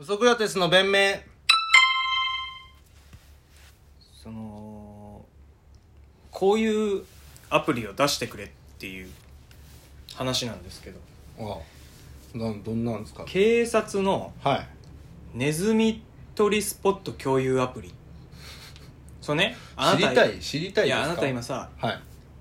ソクラテスの弁明そのこういうアプリを出してくれっていう話なんですけどあなどんなんですか警察のはいネズミ捕りスポット共有アプリそうねあ知なたりたい知りたいいですかやあなた今さはい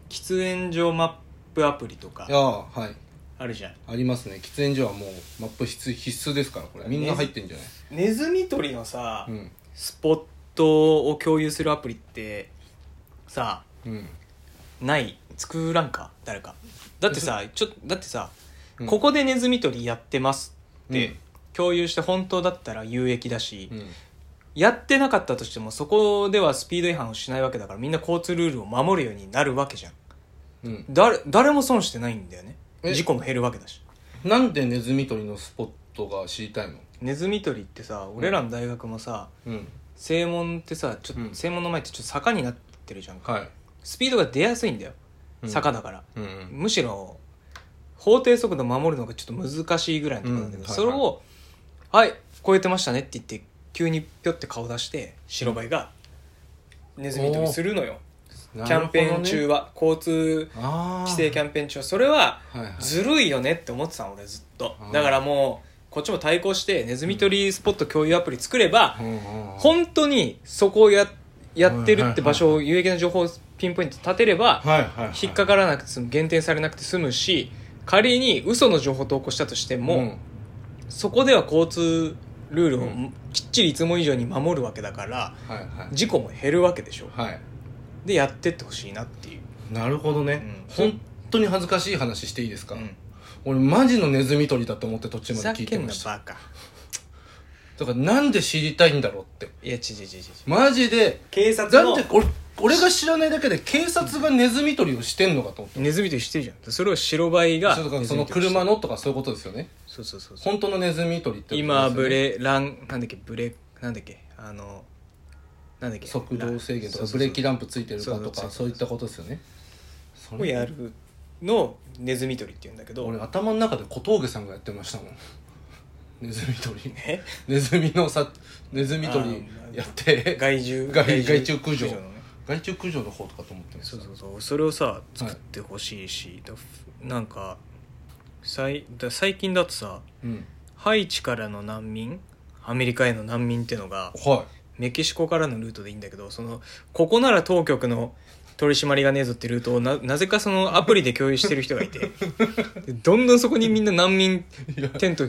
喫煙所マップアプリとかいやはいあるじゃんありますね喫煙所はもうマップ必須必須ですからこれみんな入ってんじゃない、ネズミ捕りのさ、うんスポットを共有するアプリってさうんない作らんか誰かだってさちょだってさ、うんここでネズミ捕りやってますって、うん共有して本当だったら有益だし、うんやってなかったとしてもそこではスピード違反をしないわけだからみんな交通ルールを守るようになるわけじゃんうん誰誰も損してないんだよねえ事故も減るわけだしなんでネズミ捕りのスポットが知りたいのネズミ捕りってさ俺らの大学もさ、うん正門ってさちょっと、うん正門の前ってちょっと坂になってるじゃんかはいスピードが出やすいんだようん坂だから、うんうんむしろ法定速度守るのがちょっと難しいぐらいのところなんだけど、うんそれを「はい超えてましたね」って言って急にぴょって顔出して白バイがネズミ捕りするのよ、キャンペーン中はは、交通あ規制キャンャンペーン中はそれはペーンはいはいずるいよねって思ってたの俺ずっとあーだからもうこっちも対抗してネズミ捕りスポット共有アプリ作れば、うんうんうん本当にそこをややってるはいはっいてはい場所を有益な情報をピンポイント立てれはばいはいはい引っかからなくて済む減点されなくて済むし仮に嘘の情報を投稿したとしてうもんそこでは交通ルールうをんきっちりいつも以上に守るわけだからはいはい事故も減るわけでしょはいでやってってほしいなっていうなるほどね、うん本当に恥ずかしい話していいですか、うん俺マジのネズミ捕りだと思って途中ふまでざ聞いてけんまなしたバカだからなんで知りたいんだろうっていや違う違う違う違うマジで警なんで俺俺が知らないだけで警察がネズミ捕りをしてんのかと思ってネズミとしてるじゃんそれを白バイがそうだからその車のとかそういうことですよねそうそうそうそう本当のネズミ捕りってことですよね今ブレランなんだっけブレなんだっけあのなんだっけ速度制限とかそうそうそうブレーキランプついてるかとそうそうそかうそういったことですよねそをやるのをネズミ捕りって言うんだけど俺頭の中で小峠さんがやってましたもんネズミ捕 り えネズミのさネズミ捕りやって害獣害害獣駆除のね害虫駆除の方とかと思ってましそたうそうそうそれをさ作ってほしいし、だなんかさいだ最近だとさうんハイチからの難民アメリカへの難民ってのがはメキシコからのルートでいいんだけどそのここなら当局の取り締まりがねえぞってルートをななぜかそのアプリで共有してる人がい てでどんどんそこにみんな難民いやテント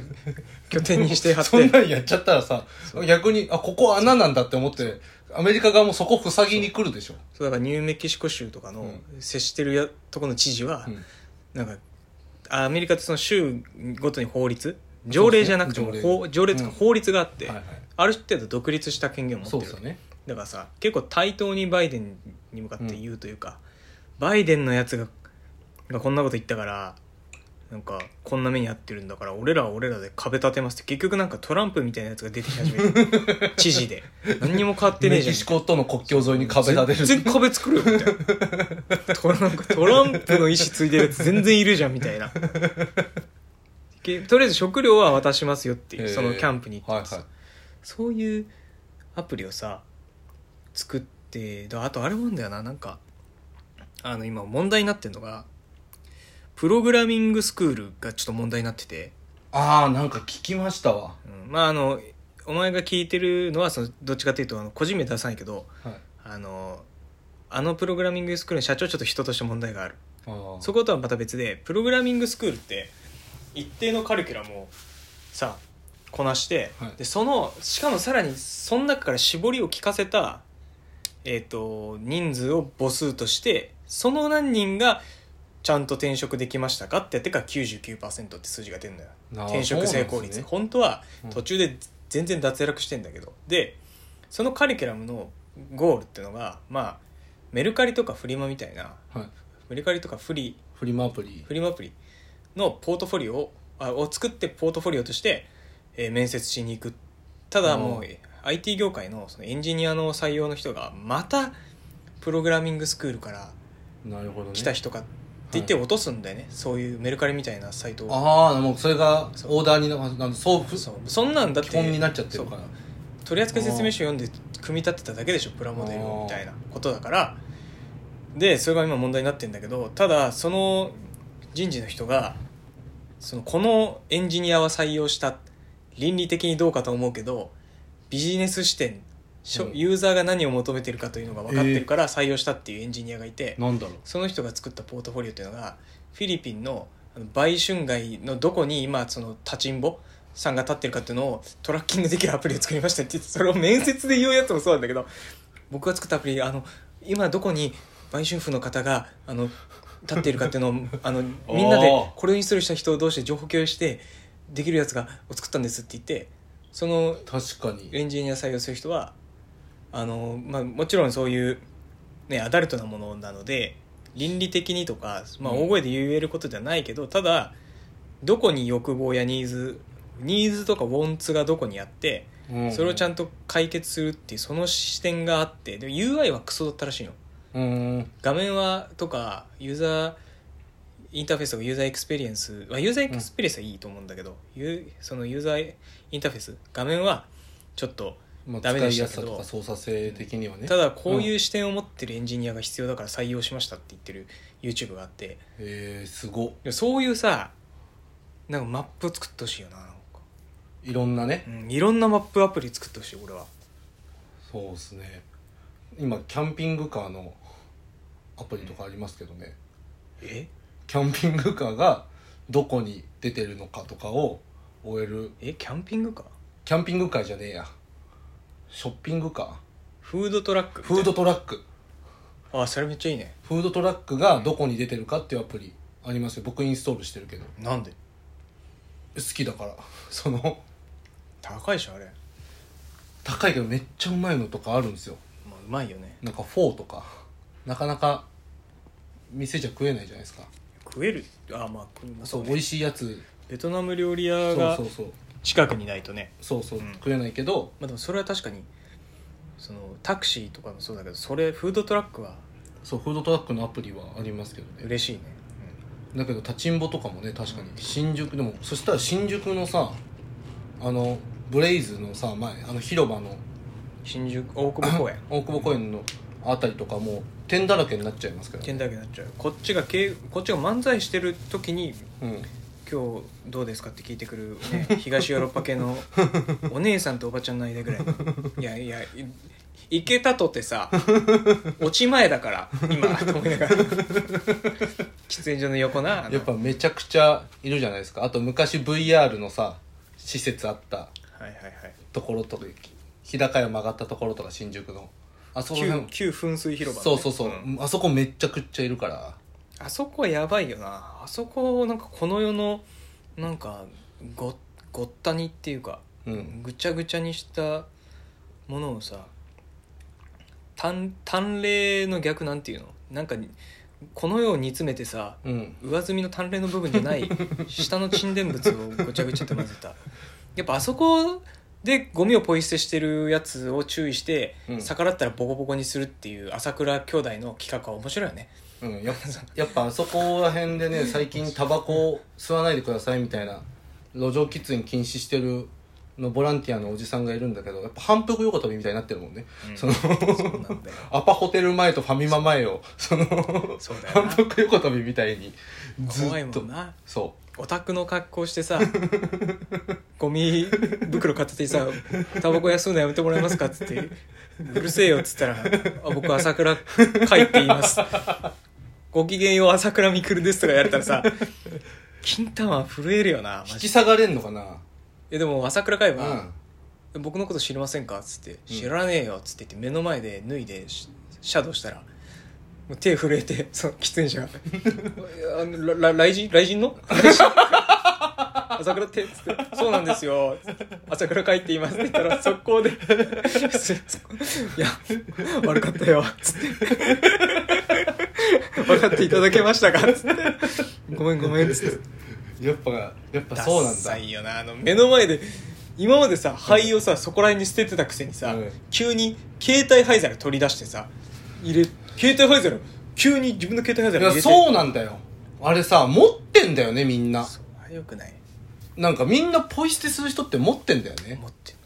拠点にして貼ってそんなんやっちゃったらさ逆にあここ穴なんだって思ってアメリカ側もそこ塞ぎに来るでしょそうだからニューメキシコ州とかの、うん接してるやとこの知事は、うんなんかあアメリカってその州ごとに法律条例じゃなくてもそうですね法条例とうんか法律があって、はいはいある程度独立した権限を持ってそうるですよねだからさ結構対等にバイデンに向かって言うというか、バイデンのやつががこんなこと言ったからなんかこんな目に遭ってるんだから俺らは俺らで壁立てますって結局なんかトランプみたいなやつが出てき 始めて知事で何にも変わってねえメじゃキんシコとの国境沿いに壁立てる全然壁作るよみたいなトランプトランプの意思継いでるやつ全然いるじゃんみたいなけとりあえず食料は渡しますよっていうそのキャンプに行ってはいさはいそういうアプリをさ作ってだあとあれもあんだよななんかあの今問題になってるのがプログラミングスクールがちょっと問題になってて、ああなんか聞きましたわうんまああのお前が聞いてるのはそのどっちかっていうとあの個人名出さないけどはいあのあのプログラミングスクールの社長ちょっと人として問題があるあーそことはまた別でプログラミングスクールって一定のカリキュラムをさこなして、はいでそのしかもさらにその中から絞りを聞かせた、えー、と人数を母数としてその何人がちゃんと転職できましたかってやってから99%って数字が出るのよあー転職成そ功率、うなんですね本当はうん途中で全然脱落してんだけど、でそのカリキュラムのゴールってのがまあメルカリとかフリマみたいなはいメルカリとかフリフリマアプリフリマアプリのポートフォリオをあを作ってポートフォリオとして、えー面接しに行くただもうあ IT 業界のそのエンジニアの採用の人がまたプログラミングスクールからなるほどね来た人か言って落とすんだよね、そういうメルカリみたいなサイトをああもうそれがそうオーダーにななんそうふそうそんなんだって基本になっちゃってるからそう取扱説明書読んで組み立てただけでしょプラモデルをみたいなことだからでそれが今問題になってるんだけどただその人事の人がそのこのエンジニアは採用した倫理的にどうかと思うけどビジネス視点しょうんユーザーが何を求めてるかというのが分かってるから採用したっていうエンジニアがいて、なんだろうその人が作ったポートフォリオというのがフィリピンのあの売春街のどこに今その立ちんぼさんが立ってるかっていうのをトラッキングできるアプリを作りましたって言ってそれを面接で言うやつもそうなんだけど僕が作ったアプリあの今どこに売春婦の方があの立っているかっていうのをあのみんなでこれをインストールした人同士で情報共有してできるやつがを作ったんですって言ってその確かにエンジニア採用する人はあの、まあ、もちろんそういう、ね、アダルトなものなので倫理的にとか、まあ、うん大声で言えることじゃないけど、ただどこに欲望やニーズニーズとかウォンツがどこにあってそれをちゃんんと解決するっていうその視点があってで UI はクソだったらしいのとうん画面はとかユーザーインターフェースとかユーザーエクスペリエンス、まあ、ユーザーエクスペリエンスはいいと思うんだけど、ゆそのユーザーインターフェース画面はちょっとまあダメ使でいしやたすけさどとか操作性的にはねただこういう視点を持ってるエンジニアが必要だから採用しましたって言ってる YouTube があってえーすごでもそういうさなんかマップを作ってほしいよななんか、いろんなねうん、いろんなマップアプリ作ってほしい俺はそうですね今キャンピングカーのアプリとかありますけどねえキャンピングカーがどこに出てるのかとかを終えるえキャンピングカーキャンピングカーじゃねえやショッピングカフードトラックーフードトラックあそれめっちゃいいねフードトラックがどこに出てるかっていうアプリありますよ僕インストールしてるけどなんで好きだからその高いでしょあれ、ま高いけどめっちゃうまいのとかあるんですよあ、うまいよねなんかフォーとかなかなか店じゃ食えないじゃないですか食えるあまあ食うまあそそうう美ね味しいやつベトナム料理そ屋うがそうそう近くにないとねそうそう、うん食えないけどまあでもそれは確かにそのタクシーとかもそうだけどそれフードトラックはそうフードトラックのアプリはありますけどね嬉しいね、だけど立ちんぼとかもね確かに新宿でもそしたら新宿のさあのブレイズのさ前あの広場のうん新宿大久 保公園大久保公園のあたりとかもう点だらけになっちゃいますけど点ね、だらけになっちゃうこっちがけいこっちが漫才してる時にうん今日どうですかって聞いてくる、ね、 東ヨーロッパ系のお姉さんとおばちゃんの間ぐらいいやいやいいけたと てさ落ち前だから今と思いながら喫煙所の横なあのやっぱめちゃくちゃいるじゃないですかあと昔 VR のさ施設あったはいはいはところとか日高屋曲がったところとか新宿のあそこらい辺旧旧噴水広場そのうね、そうそう、んあそこめっちゃくちゃいるからあそこはやばいよなあそこなんかこの世のなんかごごったにっていうかうんぐちゃぐちゃにしたものをさ単単麗の逆なんていうのなんかこの世を煮詰めてさうん上積みの単麗の部分じゃない下の沈殿物をごちゃごちゃって混ぜたやっぱあそこでゴミをポイ捨てしてるやつを注意して、うん逆らったらボコボコにするっていう朝倉兄弟の企画は面白いよねうん、やっやっぱあそこら辺でね最近タバコを吸わないでくださいみたいな路上喫煙禁止してるのボランティアのおじさんがいるんだけどやっぱ反復横跳びみたいになってるもんね、うんそのそうなん だよアパホテル前とファミマ前をそ のそうだよ反な復横跳びみたいにず怖いっもとんなそオタクの格好してさゴミ袋片手にさ「タバコ休むのやめてもらえますか?」っつって「うるせえよ」っつったら「あ僕朝倉海って言います」「ごきげんよう朝倉未来です」とかやれたらさ金玉震えるよなうマ引きジ下がれんのかなえでも朝倉海うはん「僕のこと知りませんか?」っつって「知らねえよ」っつって言って目の前で脱いでシシャドウしたらもう手震えてその喫煙者が あの「らら雷神雷神の?」朝倉ってっつって「そうなんですよ」朝倉帰って言います」って言った ら速攻で「すいや悪かったよ」つって 「分かっていただけましたか?」つって 「ごめんごめん」つってやっぱやっぱそうなダッんだサいよなあの目の前で今までさ灰をさそこら辺に捨ててたくせにさ、うん急に携帯灰皿取り出してさ入れ携帯灰皿急に自分の携帯灰い皿や入れてそうなんだよあれさ持ってんだよねみんなそうあれよくないなんかみんなポイ捨てする人って持ってんだよね持ってる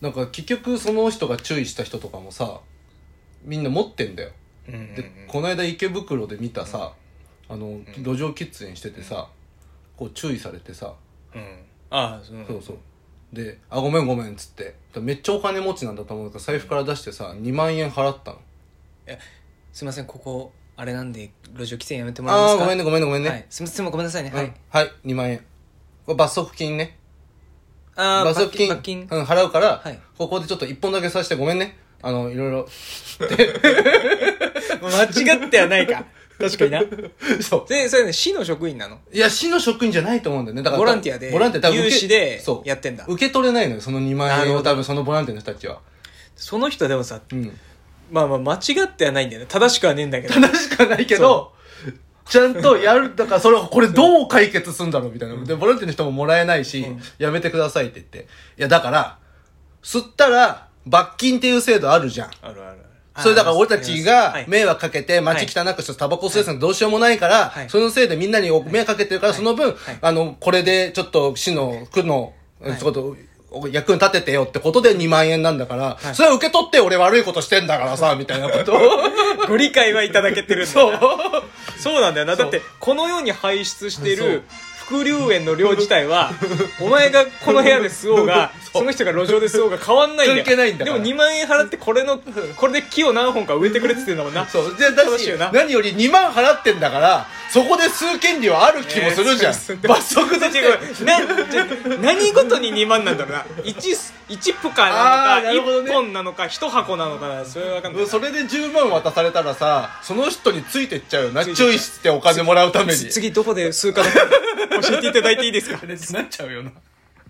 なんか結局その人が注意した人とかもさみんな持ってんだようんうんで、うんこの間池袋で見たさ、あの路上喫煙しててさ、こう注意されてさ、うんああそのそうそうで「あごめんごめん」っつってめっちゃお金持ちなんだと思うから財布から出してさ2万円払ったのすいませんここあれなんで路上喫煙やめてもらえまああすーかごめんねごめんねごめんね、はい、すみませんごめんなさいね、うんははいい、2万円これ罰則金ねああ罰則金罰金うん、払うから、はいここでちょっと1本だけさせてごめんねあのいろい ろ間違っては ないか確かになそうでそれね市の職員なのいや市の職員じゃないと思うんだよねだからボランティアでボランティア多分受け有志でそうやってんだ受け取れないのよその2万なる円ほをど多分そのボランティアの人たちはその人でもさうんまあまあ間違ってはないんだよね正しくはねえんだけど正しくないけど、ちゃんとや る、だからそれ、これどう解決するんだろうみたいな。で、ボランティアの人ももらえないし、うんやめてくださいって言って。いや、だから、吸ったら、罰金っていう制度あるじゃん。あるあるある それだから俺たちがはい迷惑かけて街汚くしてタバコ吸うやつなんてどうしようもないからは、いそのせいでみんなにお迷惑かけてるから、その分はい、あの、これでちょっと市の区の、そういいうことを役に立ててよってことで2万円なんだから、それは受け取って俺悪いことしてんだからさ、みたい なことを。ご理解はいただけてるんだそような。そうなんだよな。だって、この世に排出している副流煙の量自体は、お前がこの部屋で吸お うが、その人が路上で吸おうが変わんないんだよ。関係ないんだでかもら2万円払って、これの、これで木を何本か植えてくれって言ってんだもんな。そう。じゃあ、だ正しいしよな、何より2万払ってんだから、そこで吸う権利はある気もするじゃん。えーそう罰則として違う違うなちょ何ごとに2万なんだろうな 1, 一プカあーななのかるほどね1本なのか1箱なのかなそれは分かんないそれで10万渡されたらさ、その人についてっちゃうよな。いてっちゃう注意してお金もらうために。 次どこで吸うかだけ教えていただいていいですかなっちゃうよな。